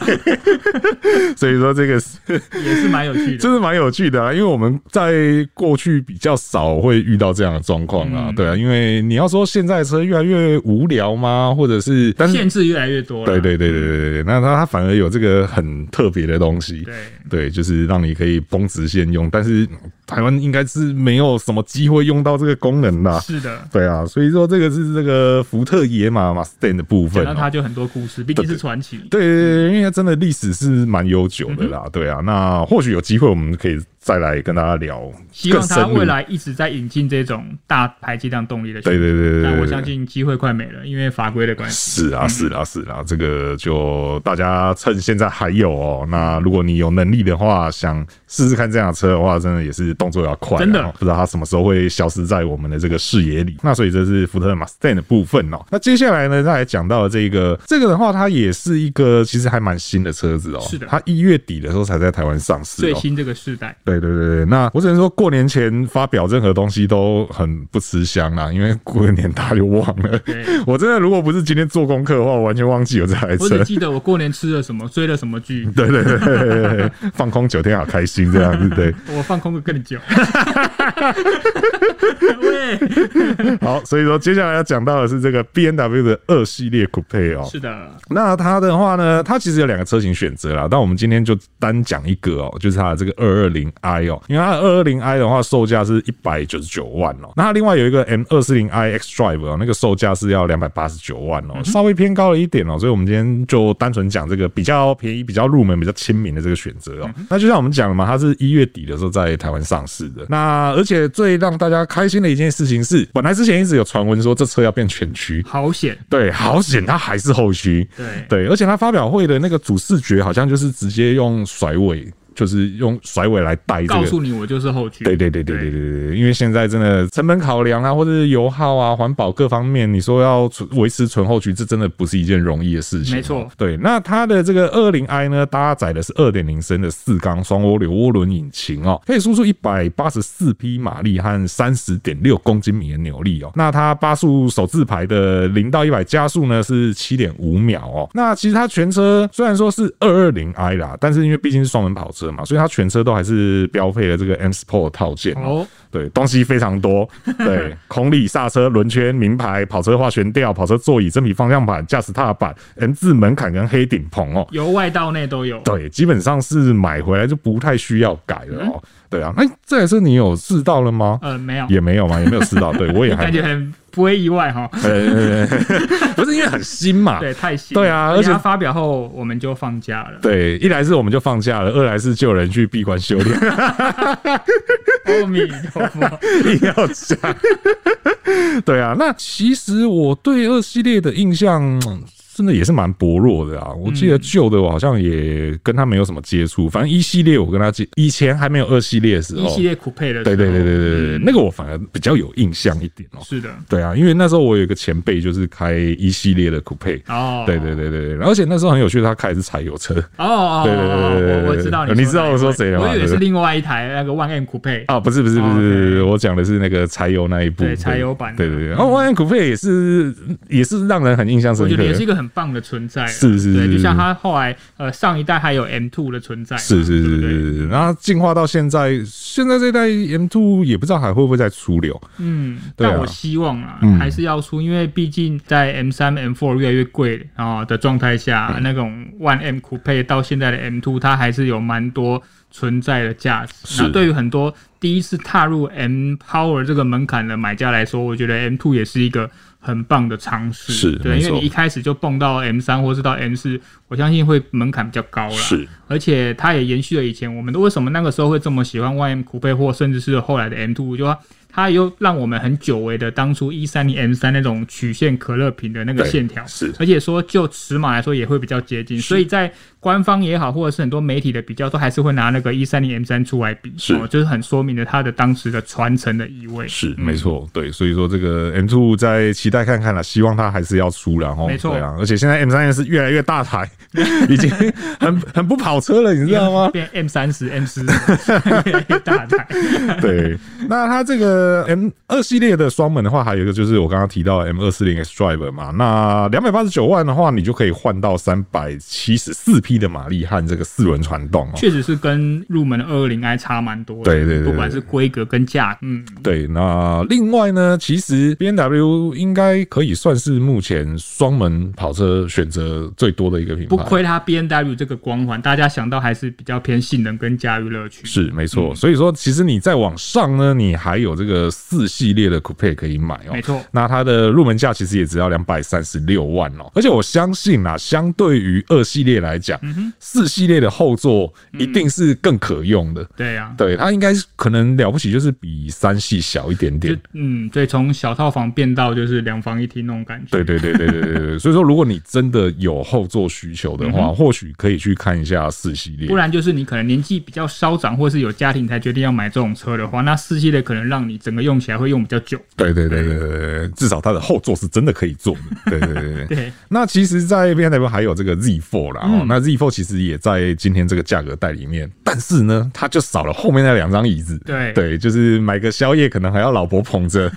Speaker 1: 所以说这个是
Speaker 2: 也是蛮有趣的。
Speaker 1: 真是蛮有趣的啊，因为我们在过去比较少会遇到这样的状况啊，
Speaker 2: 嗯
Speaker 1: 对啊，因为你要说现在的车越来越无聊吗，或者是但是
Speaker 2: 限制越来越多了。
Speaker 1: 对对对对对对，那它它反而有这个很特别的东西，
Speaker 2: 对
Speaker 1: 对，就是让你可以绷直线用，但是嗯台湾应该是没有什么机会用到这个功能啦。
Speaker 2: 是的，
Speaker 1: 对啊，所以说这个是这个福特野马马 Mustang 的部分、
Speaker 2: 讲
Speaker 1: 哦
Speaker 2: 到。它就很多故事，毕竟是传奇。
Speaker 1: 对对对，因为它真的历史是蛮悠久的
Speaker 2: 嗯
Speaker 1: 啦，对啊。那或许有机会我们可以再来跟大家聊
Speaker 2: 希
Speaker 1: 更
Speaker 2: 望它
Speaker 1: 深入。
Speaker 2: 未来一直在引进这种大排气量动力的选
Speaker 1: 对
Speaker 2: 择。
Speaker 1: 对对对对，
Speaker 2: 但我
Speaker 1: 对
Speaker 2: 相信机会快没了，因为法规的关系。
Speaker 1: 是啊，是啊，是啊，这个就大家趁现在还有哦。那如果你有能力的话，想试试看这辆车的话，真的也是动作要快啊，
Speaker 2: 真的
Speaker 1: 不知道它什么时候会消失在我们的这个视野里。那所以这是福特 Mustang 的部分哦。那接下来呢，再来讲到这个这个的话，它也是一个其实还蛮新的车子哦。
Speaker 2: 是的
Speaker 1: 它一月底的时候才在台湾上市、哦，
Speaker 2: 最新这个世代，
Speaker 1: 对对对对，那我只能说过年前发表任何东西都很不吃香啦，因为过了年大家就忘了
Speaker 2: 对。
Speaker 1: <laughs> 我真的如果不是今天做功课的话，我完全忘记有这台
Speaker 2: 我
Speaker 1: 车
Speaker 2: 只。记得我过年吃了什么，追了什么剧，
Speaker 1: <laughs> 对对对对对对，放空九天好开心这样子，对。
Speaker 2: 我放空的更久。喂，
Speaker 1: 好，所以说接下来要讲到的是这个 B N W 的二系列 Coupe 哦，
Speaker 2: 是的，
Speaker 1: 那它的话呢，它其实有两个车型选择啦，但我们今天就单讲一个哦、就是它的这个二二零 i 哦，因为它的二二零 i 的话售价是一百九十九万哦、那它另外有一个 M 二四零 i X Drive 哦、那个售价是要两百八十九万哦、稍微偏高了一点哦、所以我们今天就单纯讲这个比较便宜、比较入门、比较亲民的这个选择哦、那就像我们讲的嘛，它是一月底的时候在台湾上市的，那而且最让大家开心的一件事情是，本来之前一直有传闻说这车要变全驱，
Speaker 2: 好险，
Speaker 1: 对，好险，它还是后驱。
Speaker 2: 对
Speaker 1: 对，而且它发表会的那个主视觉好像就是直接用甩尾，就是用甩尾来带这
Speaker 2: 告
Speaker 1: 个。
Speaker 2: 诉你我就是后驱。
Speaker 1: 对对对对对对对对，因为现在真的成本考量啊，或者是油耗啊、环保各方面，你说要存维持纯后驱，这真的不是一件容易的事情。啊
Speaker 2: 没错，
Speaker 1: 对。那它的这个二零 i 呢，搭载的是二点零升的四缸双涡流涡轮引擎哦，可以输出一百八十四匹马力和三十点六公斤米的扭力哦。那它八速手自排的零到一百加速呢是七点五秒哦。那其实它全车虽然说是二二零 i 啦，但是因为毕竟是双门跑车嘛，所以它全车都还是标配了这个 M Sport 套件哦。
Speaker 2: 哦，
Speaker 1: 对，东西非常
Speaker 2: <laughs>
Speaker 1: 多，对，空力、刹车、轮圈、名牌、跑车划旋吊、跑车座椅、真皮方向盘、驾驶踏板、M 字门槛跟黑顶棚哦。
Speaker 2: 由外到内都有。
Speaker 1: 对，基本上是买回来就不太需要改了
Speaker 2: 嗯
Speaker 1: 哦。对啊，那、这台车你有试到了吗？
Speaker 2: 呃，没有，
Speaker 1: 也没有嘛，也没有试到。对我也还
Speaker 2: <laughs> 感觉很不会意外哈。
Speaker 1: 呃， <laughs> 不是因为很新嘛。
Speaker 2: 对，太新。
Speaker 1: 对啊而且
Speaker 2: 它发表后我们就放假了。
Speaker 1: 对，一来是我们就放假了，二来是就有人去闭关
Speaker 2: <laughs>
Speaker 1: 修炼。
Speaker 2: 阿弥陀
Speaker 1: <laughs>
Speaker 2: 佛，
Speaker 1: 硬要讲。对啊，那其实我对二系列的印象。嗯真的也是蛮薄弱的啊！我记得旧的我好像也跟他没有什么接触，反正一系列我跟他接，以前还没有二系列的时候
Speaker 2: 一，系列嗯酷配的时
Speaker 1: 对
Speaker 2: 候。
Speaker 1: 对对对对对，那个我反而比较有印象一点哦。
Speaker 2: 是的。
Speaker 1: 对啊，因为那时候我有一个前辈就是开一系列的 coupe，
Speaker 2: 哦，
Speaker 1: 对对对对对，而且那时候很有趣，他开的是柴油车
Speaker 2: 哦哦，哦
Speaker 1: 对对对对对对
Speaker 2: 我我知道
Speaker 1: 呃
Speaker 2: 你说哪一位，
Speaker 1: 你知道我说谁了吗
Speaker 2: 我以为
Speaker 1: 对
Speaker 2: 是
Speaker 1: 不对
Speaker 2: 另外一台那个 One M 酷配，
Speaker 1: 啊，不是不是不
Speaker 2: 哦
Speaker 1: 是，我讲的是那个柴油那一部，
Speaker 2: 对柴油版的
Speaker 1: 对对对，哦，万安酷配也是也是让人很印象深
Speaker 2: 我
Speaker 1: 刻
Speaker 2: 觉得也
Speaker 1: 的，
Speaker 2: 是一个很棒的存在啊。
Speaker 1: 是是是
Speaker 2: 对，就是像它后来呃上一代还有 M Two 的存在嘛，
Speaker 1: 是是
Speaker 2: 对不对
Speaker 1: 是是，然后进化到现在，现在这代 M Two 也不知道还会不会再出流，
Speaker 2: 嗯，
Speaker 1: 对啊
Speaker 2: 但我希望啊
Speaker 1: 嗯，
Speaker 2: 还是要出，因为毕竟在 M 三、M four 越来越贵啊的状态
Speaker 1: 嗯
Speaker 2: 下，那种 One M 酷配到现在的 M two，它还是有蛮多存在的价值。
Speaker 1: 是
Speaker 2: 那对于很多第一次踏入 M Power 这个门槛的买家来说，我觉得 M two 也是一个很棒的尝试。
Speaker 1: 是
Speaker 2: 对，
Speaker 1: 没
Speaker 2: 因为
Speaker 1: 错
Speaker 2: 你一开始就蹦到 M 三或是到 M 四，我相信会门槛比较高啦。而且它也延续了以前我们的为什么那个时候会这么喜欢 YM 酷配，或甚至是后来的 M Two，就说它又让我们很久违的当初一三零 M 三那种曲线可乐瓶的那个
Speaker 1: 对
Speaker 2: 线条，
Speaker 1: 是
Speaker 2: 而且说就尺码来说也会比较接近，所以在官方也好，或者是很多媒体的比较，都还是会拿那个一三零 M 三出来比，
Speaker 1: 是
Speaker 2: 哦，就是很说明了它的当时的传承的意味。
Speaker 1: 是没错，对，所以说这个 M Two 再期待看看啦，希望它还是要出啦，然后
Speaker 2: 没错
Speaker 1: 对啊，而且现在 M 三是越来越大
Speaker 2: <laughs>
Speaker 1: 台，已经很很不跑车了，你知道吗？
Speaker 2: 变 M 三十、M 四大台，
Speaker 1: <laughs>
Speaker 2: <laughs>
Speaker 1: 对，那它这个 M 二系列的双门的话，还有一个就是我刚刚提到 M 二四零 X Drive 嘛，那两百八十九万的话，你就可以换到三百七十四匹的马力和这个四轮传动哦。
Speaker 2: 确实是跟入门的二零 i 差蛮多的。
Speaker 1: 对对对对
Speaker 2: 不管是规格跟价，嗯，
Speaker 1: 对，那另外呢，其实 B N W 应该可以算是目前双门跑车选择最多的一个品牌，
Speaker 2: 不亏它 B N W 这个光环，大家想到还是比较偏性能跟驾驭乐趣。嗯
Speaker 1: 是没错，所以说其实你再往上呢，你还有这个四系列的 Coupe 可以买哦、
Speaker 2: 没错
Speaker 1: 那它的入门价其实也只要两百三十六万哦、而且我相信啊，相对于二系列来讲，
Speaker 2: 嗯
Speaker 1: 四、系列的后座一定是更可用的。
Speaker 2: 对啊呀、
Speaker 1: 对，它应该是可能了不起，就是比三系小一点
Speaker 2: 就
Speaker 1: 点。
Speaker 2: 嗯，对，从小套房变到就是两房一厅那种感觉。
Speaker 1: 对对对对对对对， <laughs> 所以说如果你真的有后座需求的话，或许可以去看一下四系列
Speaker 2: 嗯不。然就是你可能年纪比较稍长，或是有家庭才决定要买这种车的话，那四系列可能让你整个用起来会用比较久。
Speaker 1: 对对对对对对对，至少它的后座是真的可以坐的。对对对对对。
Speaker 2: 对，
Speaker 1: 那其实，在 B N W 还有这个 Z Four 啦，哦，那 Z Four 其实也在今天这个价格带里面，但是呢，它就少了后面那两张椅子。
Speaker 2: 对
Speaker 1: 对，就是买个宵夜可能还要老婆捧着，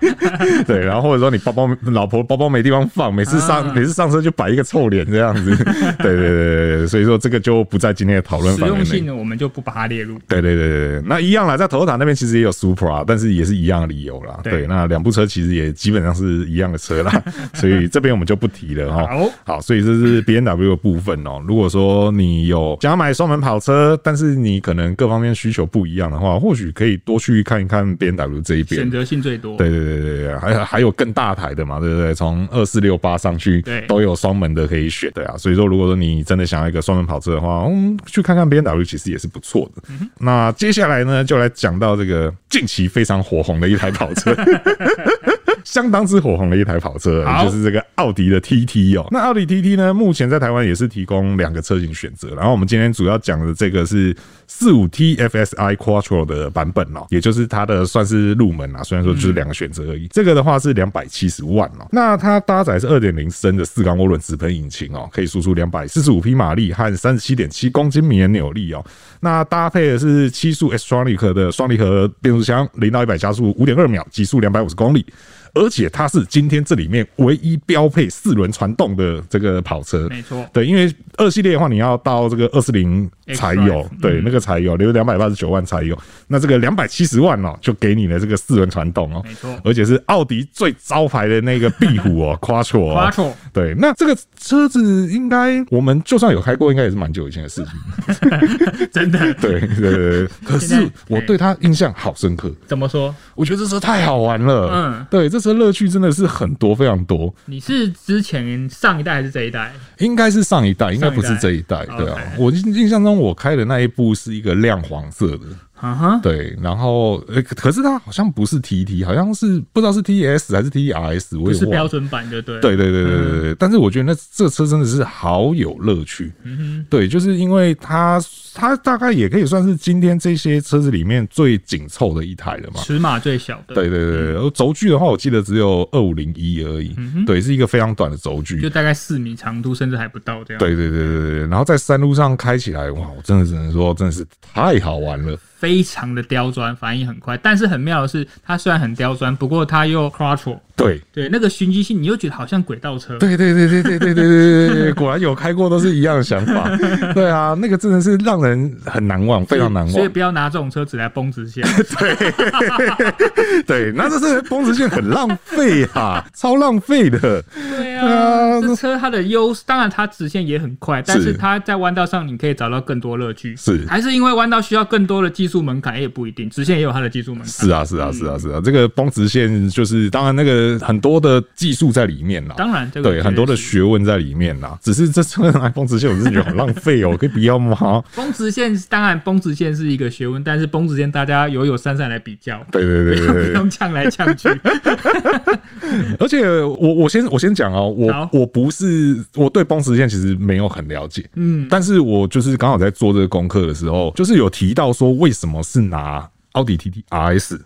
Speaker 1: 对对，然后或者说你包包老婆包包没地方放，每次上、每次上车就摆一个臭脸这样子。 <laughs> 对对对对对，所以说这个就不在今天的讨论
Speaker 2: 实
Speaker 1: 范围
Speaker 2: 用
Speaker 1: 内。
Speaker 2: 性呢，我们就不把它列入。
Speaker 1: 对对对对对，那一样啦，在 Toyota 那边其实也有 Supra，但是也是一样的理由啦。
Speaker 2: 对
Speaker 1: 对，那两部车其实也基本上是一样的车
Speaker 2: <laughs>
Speaker 1: 啦，所以这边我们就不提了哈。
Speaker 2: 好
Speaker 1: 好，所以这是 B N W 的部分哦。如果说你有想要买双门跑车，但是你可能各方面需求不一样的话，或许可以多去看一看 B N W 这一边
Speaker 2: 选。择性最多。
Speaker 1: 对对对对对，还有还有更大台的嘛，对不对？从二四六八上去
Speaker 2: 对
Speaker 1: 都有双门的可以选，对啊。所以说，如果说你真的想要一个双门跑车的话，嗯，去看看 B N W 其实也是不错的。
Speaker 2: 嗯
Speaker 1: 那接下来呢，就来讲到这个近期非常火红的一台跑车。相当之火红的一台跑车，
Speaker 2: 好
Speaker 1: 就是这个奥迪的 TT 哦。那奥迪 TT 呢，目前在台湾也是提供两个车型选择。然后我们今天主要讲的这个是四五 T FSI Quattro 的版本哦，也就是它的算是入门啊啦，虽然说就是两个选择而已。这个的话是两百七十万哦。那它搭载是二点零升的四缸涡轮直喷引擎哦，可以输出两百四十五匹马力和三十七点七公斤米的扭力哦。那搭配的是七速 S 双离合的双离合变速箱，零到一百加速五点二秒，极速两百五十公里。而且它是今天这里面唯一标配四轮传动的这个跑车，
Speaker 2: 没错
Speaker 1: 对，因为二系列的话，你要到这个二四零才有
Speaker 2: X-Drive，，
Speaker 1: 对，那个才有，留两百八十九万才有。那这个两百七十万哦，就给你的这个四轮传动哦，
Speaker 2: 没错
Speaker 1: 而且是奥迪最招牌的那个壁虎
Speaker 2: <laughs>
Speaker 1: 哦，Quattro 哦
Speaker 2: Quattro
Speaker 1: 对，那这个车子应该我们就算有开过，应该也是蛮久以前的事
Speaker 2: <laughs>
Speaker 1: 情。<laughs>
Speaker 2: 真的
Speaker 1: 对对对对，可
Speaker 2: 现
Speaker 1: 是
Speaker 2: 在
Speaker 1: 我对它印象好深刻。
Speaker 2: 怎么说？
Speaker 1: 我觉得这车太好玩了，
Speaker 2: 嗯
Speaker 1: 嗯，对，这车乐趣真的是很多，非常多，
Speaker 2: 你是之前上一代还是这一代？
Speaker 1: 应该是上一代，应该不
Speaker 2: 上
Speaker 1: 是
Speaker 2: 一
Speaker 1: 这
Speaker 2: 代
Speaker 1: 一代，对啊
Speaker 2: OK，
Speaker 1: 我印印象中我开的那一部是一个亮黄色的，
Speaker 2: 啊哈，
Speaker 1: 对，然后呃，可可是它好像不是 TT，好像是不知道是 TS 还是 TRS，我
Speaker 2: 不
Speaker 1: 也
Speaker 2: 是
Speaker 1: 忘
Speaker 2: 标嗯
Speaker 1: 了。
Speaker 2: 准版就对了。
Speaker 1: 对对对对对对对，但是我觉得那这车真的是好有乐趣，
Speaker 2: 嗯
Speaker 1: 对，就是因为它它大概也可以算是今天这些车子里面最紧凑的一台了嘛，
Speaker 2: 尺码最小的，
Speaker 1: 对对对
Speaker 2: 嗯
Speaker 1: 对，而轴距的话，我记得只有二五零一而已，对，是一个非常短的轴距
Speaker 2: 就。大概四米长度，甚至还不到这样。，
Speaker 1: 对对对对对，对然后在山路上开起来，哇，我真的只能说真的是太好玩了。
Speaker 2: 非常的刁钻，反应很快。但是很妙的是，它虽然很刁钻，不过它又 quattro，
Speaker 1: 对
Speaker 2: 对那个循迹性，你又觉得好像轨道车。
Speaker 1: 对对对对对对对对对对，果然有开过都是一样的想法。对啊，那个真的是让人很难忘，非常难
Speaker 2: 所以
Speaker 1: 忘。
Speaker 2: 不要拿这种车子来崩直
Speaker 1: <laughs>
Speaker 2: 线。
Speaker 1: 对，那这是崩直线很浪费啊，超浪费的。
Speaker 2: 对
Speaker 1: 啊
Speaker 2: 啊，这车它的优势，当然它直线也很快，但是它在弯道上你可以找到更多乐趣。
Speaker 1: 是
Speaker 2: 还是因为弯道需要更多的技术门槛，也不一定，直线也有它的技术门槛。
Speaker 1: 是啊，是啊，是啊，是啊，这个崩直线就是当然那个很多的技术在里面啦。
Speaker 2: 当然，这个
Speaker 1: 对，很多的学问在里面啦。只是这车拿来崩直线，我是觉得好浪费哦，可以不要吗？
Speaker 2: 崩直线，当然崩直线是一个学问，但是崩直线大家友友善善来比较，
Speaker 1: 对对对
Speaker 2: 不
Speaker 1: 对对，
Speaker 2: <laughs> 用呛来呛去。
Speaker 1: <laughs> 而且我我先我先讲哦，
Speaker 2: 好
Speaker 1: 我我不是我对崩直线其实没有很了解，
Speaker 2: 嗯，
Speaker 1: 但是我就是刚好在做这个功课的时候，就是有提到说为什么是拿奥迪 TT RS。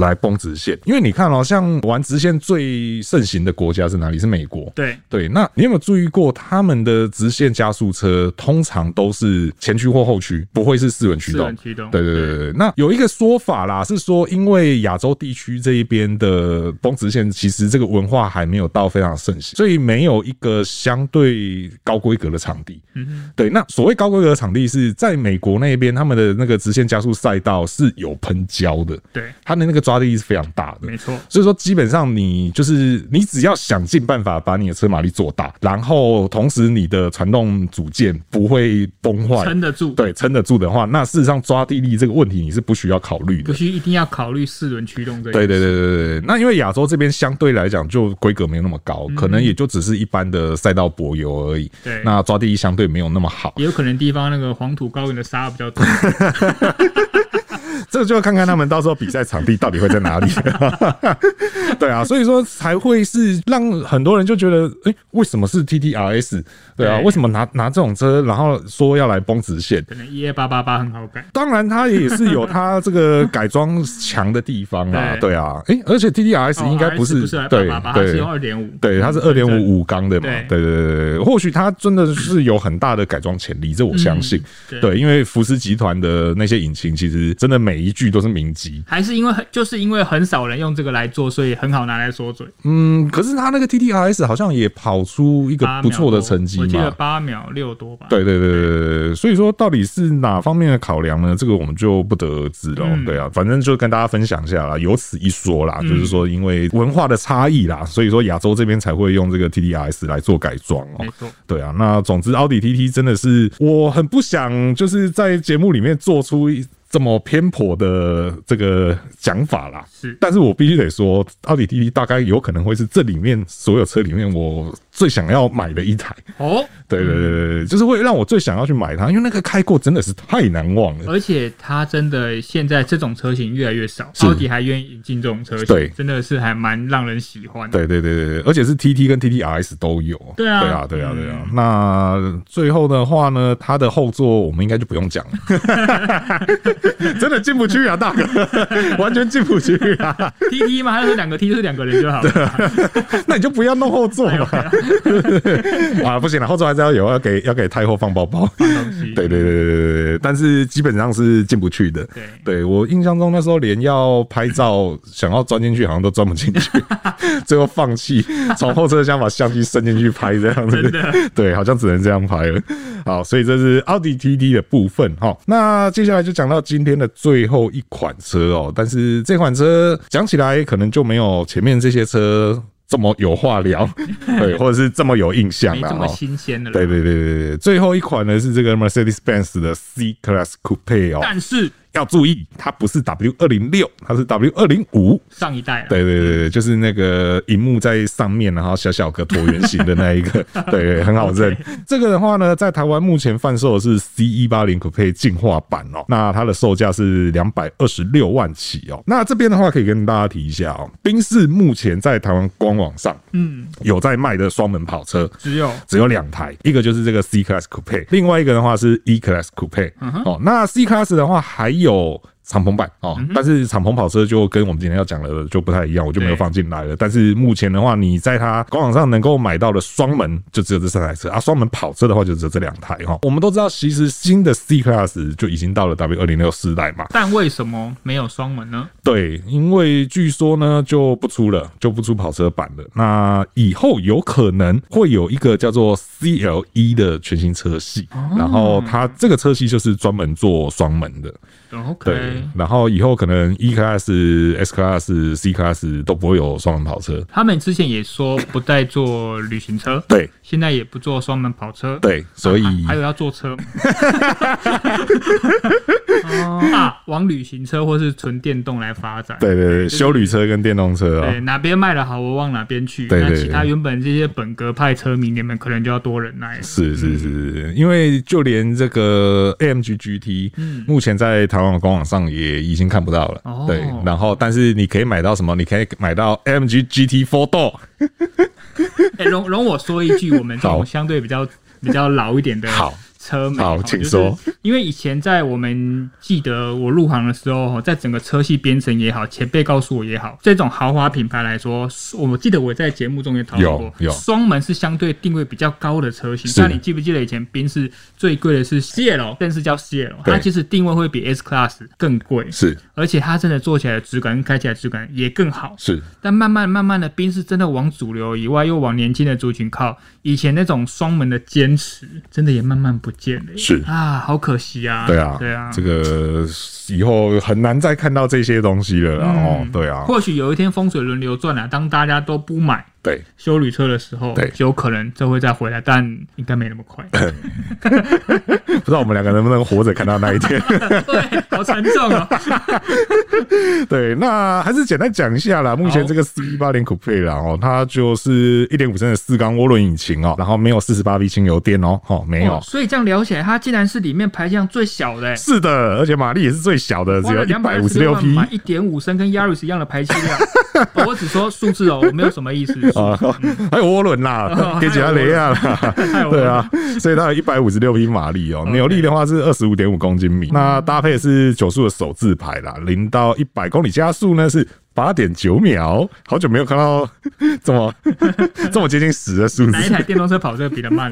Speaker 1: 来
Speaker 2: 嗯
Speaker 1: 崩直线，因为你看哦，像玩直线最盛行的国家是哪里？是美国。
Speaker 2: 对，
Speaker 1: 对，那你有没有注意过，他们的直线加速车通常都是前驱或后驱，不会是四轮驱
Speaker 2: 四
Speaker 1: 动
Speaker 2: 轮。驱动。
Speaker 1: 对对对对，那有一个说法啦，是说因为亚洲地区这一边的崩直线，其实这个文化还没有到非常盛行，所以没有一个相对高规格的场地。嗯，对，那所谓高规格的场地是在美国那边，他们的那个直线加速赛道是有喷胶的，
Speaker 2: 对
Speaker 1: 它的那个抓地力是非常大的。
Speaker 2: 没错，
Speaker 1: 所以说，基本上你就是你只要想尽办法把你的车马力做大，然后同时你的传动组件不会崩坏，
Speaker 2: 撑得住，，
Speaker 1: 对，撑得住的话，那事实上抓地力这个问题你是不需要考虑
Speaker 2: 不
Speaker 1: 的。
Speaker 2: 需一定要考虑四轮驱动这一
Speaker 1: 对对
Speaker 2: 点
Speaker 1: 对对对对，那因为亚洲这边相对来讲就规格没有那么高，可能也就只是一般的赛道柏油而已。
Speaker 2: 对
Speaker 1: 那抓地力相对没有那么好，
Speaker 2: 也有可能地方那个黄土高原的沙比较多，
Speaker 1: 这个就要看看他们到时候比赛场地到底会在哪
Speaker 2: <laughs>
Speaker 1: 里。对啊，所以说才会是让很多人就觉得，诶，为什么是 TTRS？对啊，
Speaker 2: 对
Speaker 1: 为什么拿拿这种车，然后说要来崩直线？
Speaker 2: 可能一二八八八很好改，，
Speaker 1: 当然，它也是有它这个改装强的地方啦对啊，诶，而且 TTRS 应该
Speaker 2: 不
Speaker 1: 是
Speaker 2: 哦不是啊
Speaker 1: 对
Speaker 2: 八八八，它是
Speaker 1: 对
Speaker 2: 用二点五，
Speaker 1: 对，它是二点五五缸的嘛
Speaker 2: 对，
Speaker 1: 对对对对对，或许它真的是有很大的改装潜力，这我相信。
Speaker 2: 嗯对
Speaker 1: 对，因为福斯集团的那些引擎，其实真的每一句都是名机。
Speaker 2: 还是因为很就是因为很少人用这个来做，所以很好拿来说嘴。
Speaker 1: 嗯，可是它那个 TTRS 好像也跑出一个
Speaker 2: 八
Speaker 1: 不
Speaker 2: 秒
Speaker 1: 错的
Speaker 2: 多
Speaker 1: 成绩
Speaker 2: 我记得
Speaker 1: 嘛。
Speaker 2: 八秒六多吧。
Speaker 1: 对对对对对对对，所以说到底是哪方面的考量呢？这个我们就不得而知喽。
Speaker 2: 嗯
Speaker 1: 对啊，反正就跟大家分享一下啦，有此一说啦，就是说因为文化的差异啦，所以说亚洲这边才会用这个 TTRS 来做改装哦、
Speaker 2: 没错，
Speaker 1: 对啊，那总之，奥迪 TT 真的是我很不想，就是在节目里面做出一这么偏颇的这个讲法啦。
Speaker 2: 是
Speaker 1: 但是我必须得说，奥迪 TT 大概有可能会是这里面所有车里面我最想要买的一台。 <laughs>
Speaker 2: 哦，
Speaker 1: 对对对对对，就是会让我最想要去买它，因为那个开过真的是太难忘了。
Speaker 2: 而且它真的现在这种车型越来越少，
Speaker 1: 是
Speaker 2: 奥迪还愿意引进这种车型，
Speaker 1: 对
Speaker 2: 真的是还蛮让人喜欢的。
Speaker 1: 对对对对对，而且是 TT 跟 TTRS 都有。
Speaker 2: 对啊
Speaker 1: 对啊，对啊，
Speaker 2: 嗯
Speaker 1: 对啊。那最后的话呢，它的后座我们应该就不用讲了，
Speaker 2: <laughs>
Speaker 1: 真的进不去啊，大哥，完全进不去
Speaker 2: <laughs>
Speaker 1: 啊。
Speaker 2: T T 嘛，它是两个 T 就是两个人就好了。
Speaker 1: 那你就不要弄后座嘛。<laughs>
Speaker 2: <laughs>
Speaker 1: 啊，不行了，后座还是要有，要给要给太后放包包。
Speaker 2: 东西
Speaker 1: 对对对对对对对，但是基本上是进不去的。
Speaker 2: 对
Speaker 1: 对我印象中那时候连要拍照想要钻进去，好像都钻不进
Speaker 2: <laughs>
Speaker 1: 去，最后放弃，从后车厢把相机伸进去拍这样子
Speaker 2: 真的。
Speaker 1: 对，好像只能这样拍了。好，所以这是奥迪 TT 的部分哈。那接下来就讲到今天的最后一款车哦，但是这款车讲起来可能就没有前面这些车。这么有话
Speaker 2: <laughs>
Speaker 1: 聊，对，或者是这么有印象
Speaker 2: 没
Speaker 1: 啦
Speaker 2: 这么
Speaker 1: 哦
Speaker 2: 新鲜的了。
Speaker 1: 对对对对对，最后一款呢是这个 Mercedes-Benz 的 C Class Coupe 哦，
Speaker 2: 但是
Speaker 1: 要注意，它不是 W 二零六，它是 W 二零五。
Speaker 2: 上一代了，啊
Speaker 1: 对对对对，就是那个荧幕在上面，然后小小个椭圆形的那一个，对对，很好认。这个的话呢，在台湾目前贩售的是 C 一八零 Coupe 进化版哦，那它的售价是两百二十六万起哦。那这边的话，可以跟大家提一下哦，宾士目前在台湾官网上，嗯，有在卖的双门跑车，
Speaker 2: 只有
Speaker 1: 只有两台，一个就是这个 C Class Coupe，另外一个的话是 E Class Coupe、哦，那 C Class 的话还有敞篷版哦，但是敞篷跑车就跟我们今天要讲的就不太一样，我就没有
Speaker 2: 对
Speaker 1: 放进来了。但是目前的话，你在它官网上能够买到的双门就只有这三台车啊，双门跑车的话就只有这两台哈、哦。我们都知道，其实新的 C Class 就已经到了 W 二零六四代嘛，
Speaker 2: 但为什么没有双门呢？
Speaker 1: 对，因为据说呢就不出了，就不出跑车版了。那以后有可能会有一个叫做 CL 一的全新车系，然后它这个车系就是专门做双门的。对
Speaker 2: OK，，
Speaker 1: 然后以后可能 E Class、S Class、C Class 都不会有双门跑车。
Speaker 2: 他们之前也说不再做旅行车，
Speaker 1: 对
Speaker 2: 现在也不做双门跑车，
Speaker 1: 对，所 <laughs> 以
Speaker 2: 还有要坐车吗 <laughs> 哦啊，往旅行车或是纯电动来发展。
Speaker 1: 哎对对对，修旅车跟电动车啊
Speaker 2: 对，，哪边卖的好，我往哪边去。
Speaker 1: 对
Speaker 2: 那
Speaker 1: 对
Speaker 2: 其他
Speaker 1: 对
Speaker 2: 原本这些本格派车迷，你们可能就要多忍耐了。
Speaker 1: 是是是是，因为就连这个 AMG GT，目前在台湾的官网上也已经看不到了。
Speaker 2: 嗯哦
Speaker 1: 对，然后但是你可以买到什么？你可以买到 AMG GT Four Door。
Speaker 2: 哎容容我说一句，我们这
Speaker 1: 好
Speaker 2: 种相对比较比较老一点的
Speaker 1: 好
Speaker 2: 车迷，
Speaker 1: 好
Speaker 2: 哦
Speaker 1: 请。
Speaker 2: 就
Speaker 1: 说
Speaker 2: 是因为以前在我们记得我入行的时候，哦在整个车系编程也好，前辈告诉我也好，这种豪华品牌来说，我记得我在节目中也讨论过，
Speaker 1: 有有
Speaker 2: 双门是相对定位比较高的车型。
Speaker 1: 是
Speaker 2: 那你记不记得以前宾士最贵的是 CL，但是叫 CL，它
Speaker 1: 对
Speaker 2: 其实定位会比 S Class 更贵，
Speaker 1: 是
Speaker 2: 而且它真的做起来的质感、开起来的质感也更好。
Speaker 1: 是，
Speaker 2: 但慢慢慢慢的，宾士真的往主流以外，又往年轻的族群靠。以前那种双门的坚持，真的也慢慢不不见了耶，
Speaker 1: 是
Speaker 2: 啊，好可惜啊，
Speaker 1: 对啊，
Speaker 2: 对啊，
Speaker 1: 这个以后很难再看到这些东西了啦哦
Speaker 2: 嗯，
Speaker 1: 对啊，
Speaker 2: 或许有一天风水轮流转啊，当大家都不买
Speaker 1: 对，
Speaker 2: 修旅车的时候，
Speaker 1: 对
Speaker 2: 有可能这会再回来，但应该没那么
Speaker 1: <laughs>
Speaker 2: 快。
Speaker 1: 不知道我们两个能不能活着看到那一天。 <laughs>
Speaker 2: 对，好沉重哦。
Speaker 1: 对，那还是简单讲一下啦。目前这个 C 八零 Coupe 啦，哦，它就是一点五升的四缸涡轮引擎哦，然后没有四十八 V 轻油电哦，哦，没有
Speaker 2: 哦。所以这样聊起来，它竟然是里面排量最小的、欸。
Speaker 1: 是的，而且马力也是最小的，只有一百五十六匹 <laughs>
Speaker 2: 买一点五升跟 Yaris 一样的排气量，哦我只说数字哦，我没有什么意思。
Speaker 1: 啊，还有涡轮啦
Speaker 2: 哦，
Speaker 1: <laughs> 给几下雷亚啦，
Speaker 2: 嗯太有
Speaker 1: <laughs> 对啊，所以它有一百五十六匹马力哦，
Speaker 2: OK
Speaker 1: 扭力的话是二十五点五公斤米，那搭配是九速的手自排啦，零到一百公里加速呢是。八点九秒，好久没有看到这么 <laughs> 这么接近十的数字。
Speaker 2: <laughs> 哪一台电动车跑这个比得慢？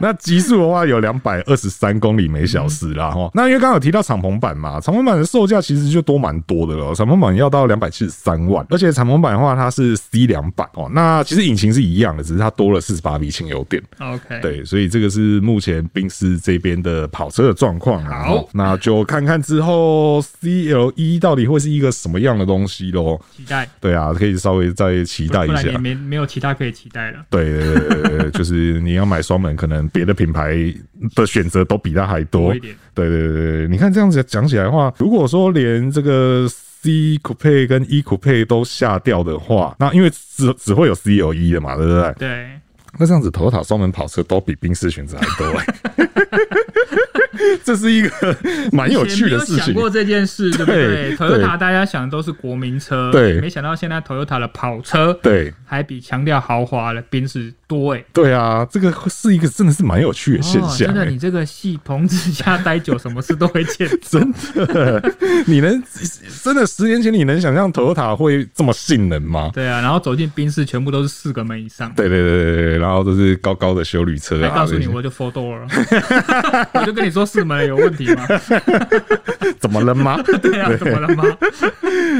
Speaker 1: 那极速的话有两百二十三公里每小时
Speaker 2: 嗯
Speaker 1: 啦，哈、那因为刚刚有提到敞篷版嘛，敞篷版的售价其实就多蛮多的了，敞篷版要到两百七十三万，而且敞篷版的话它是 C 两百哦，那其实引擎是一样的，只是它多了四十八 V 轻油电。
Speaker 2: OK，，
Speaker 1: 对，所以这个是目前宾士这边的跑车的状况啊。
Speaker 2: 好
Speaker 1: 齁那就看看之后 CL 一到底会是一个什么样的东西喽。
Speaker 2: 期待，
Speaker 1: 对啊，可以稍微再期待
Speaker 2: 不
Speaker 1: 一
Speaker 2: 然也
Speaker 1: 下。
Speaker 2: 没没有其他可以期待了。
Speaker 1: 对对对对对，就是你要买双门，可能别的品牌的选择都比它还多
Speaker 2: 多一点。
Speaker 1: 对对对对，你看这样子讲起来的话，如果说连这个 C Coupe 跟 E Coupe 都下掉的话，那因为只只会有 C 有 E 的嘛，对不对？
Speaker 2: 对，
Speaker 1: 那这样子，Toyota 双门跑车都比宾士选择还多、 <laughs> 欸，这是一个蛮有趣的
Speaker 2: 以
Speaker 1: 事
Speaker 2: 前没有想
Speaker 1: 情。
Speaker 2: 过这件事，对不
Speaker 1: 对对
Speaker 2: 对？Toyota 大家想的都是国民车，
Speaker 1: 对
Speaker 2: 没想到现在 Toyota 的跑车
Speaker 1: 对
Speaker 2: 还比强调豪华的宾士多哎。
Speaker 1: 对啊，这个是一个真的是蛮有趣的现
Speaker 2: 哦，
Speaker 1: 象、
Speaker 2: 真的，
Speaker 1: 欸
Speaker 2: 你这个戏棚之下待久，什么事都
Speaker 1: <laughs>
Speaker 2: 会见。
Speaker 1: 真的，你能真的十年前你能想象 Toyota 会这么性能吗？
Speaker 2: 对啊，然后走进宾士，全部都是四个门以上。
Speaker 1: 对对对对对，然后都是高高的修旅车
Speaker 2: 还
Speaker 1: 啊，
Speaker 2: 哎告诉你我就 four door 了， <laughs> 我就跟你说四门有问
Speaker 1: <laughs>
Speaker 2: 题吗？
Speaker 1: <laughs> 怎么了
Speaker 2: <laughs>
Speaker 1: 吗？
Speaker 2: 对啊，怎么了吗？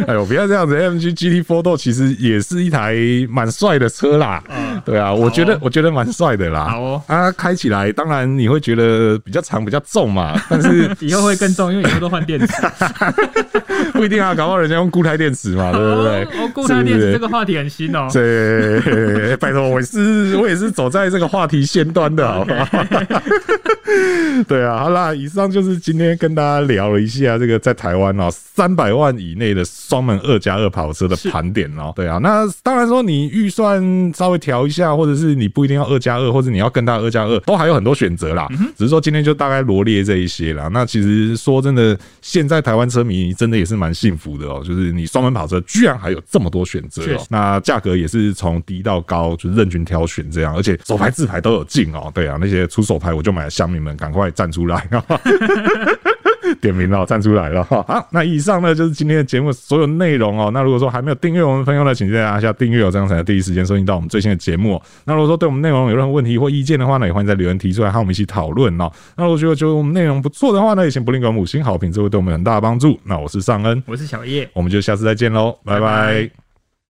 Speaker 1: 哎呦，不要这样子，MG GT Four Door 其实也是一台蛮帅的车啦。
Speaker 2: 嗯
Speaker 1: 对啊，我觉得、
Speaker 2: 好哦
Speaker 1: 我觉得蛮帅的啦。
Speaker 2: 好哦
Speaker 1: 啊，开起来当然你会觉得比较长、比较重嘛，但是
Speaker 2: <laughs> 以后会更重，因为以后都换电池。
Speaker 1: 不一定啊，搞不好人家用固态电池嘛，对不对？
Speaker 2: 哦，固态电
Speaker 1: 是不是
Speaker 2: 池这个话题很新哦。
Speaker 1: 对， <laughs> 拜托，我是我也是走在这个话题先端
Speaker 2: <laughs>
Speaker 1: 的，好不好？ <laughs> 对啊，好啦，以上就是今天跟大家聊了一下这个在台湾哦，三百万以内的双门二加二跑车的盘点哦。对啊，那当然说你预算稍微调一下，或者是你不一定要二加二，或者你要更大二加二，都还有很多选择
Speaker 2: 嗯
Speaker 1: 啦。只是说今天就大概罗列这一些啦。那其实说真的，现在台湾车迷真的也是蛮幸福的哦，就是你双门跑车居然还有这么多选择
Speaker 2: 确
Speaker 1: 哦
Speaker 2: 实。
Speaker 1: 那价格也是从低到高，就是任君挑选这样，而且手牌自牌都有进哦。对啊，那些出手牌我就买了，乡民们赶快站出来 <laughs> 啊！点名了，站出来了哈！好，那以上呢就是今天的节目所有内容哦。那如果说还没有订阅我们分享的，请记得按下订阅哦，这样才能第一时间收听到我们最新的节目、哦。那如果说对我们内容有任何问题或意见的话呢，也欢迎在留言提出来，和我们一起讨论哦。那如果觉得觉得我们内容不错的话呢，也请不吝给我们五星好评，这会对我们有很大的帮助。那我是尚恩，
Speaker 2: 我是小叶，
Speaker 1: 我们就下次再见喽，拜
Speaker 2: 拜
Speaker 1: 拜
Speaker 2: 拜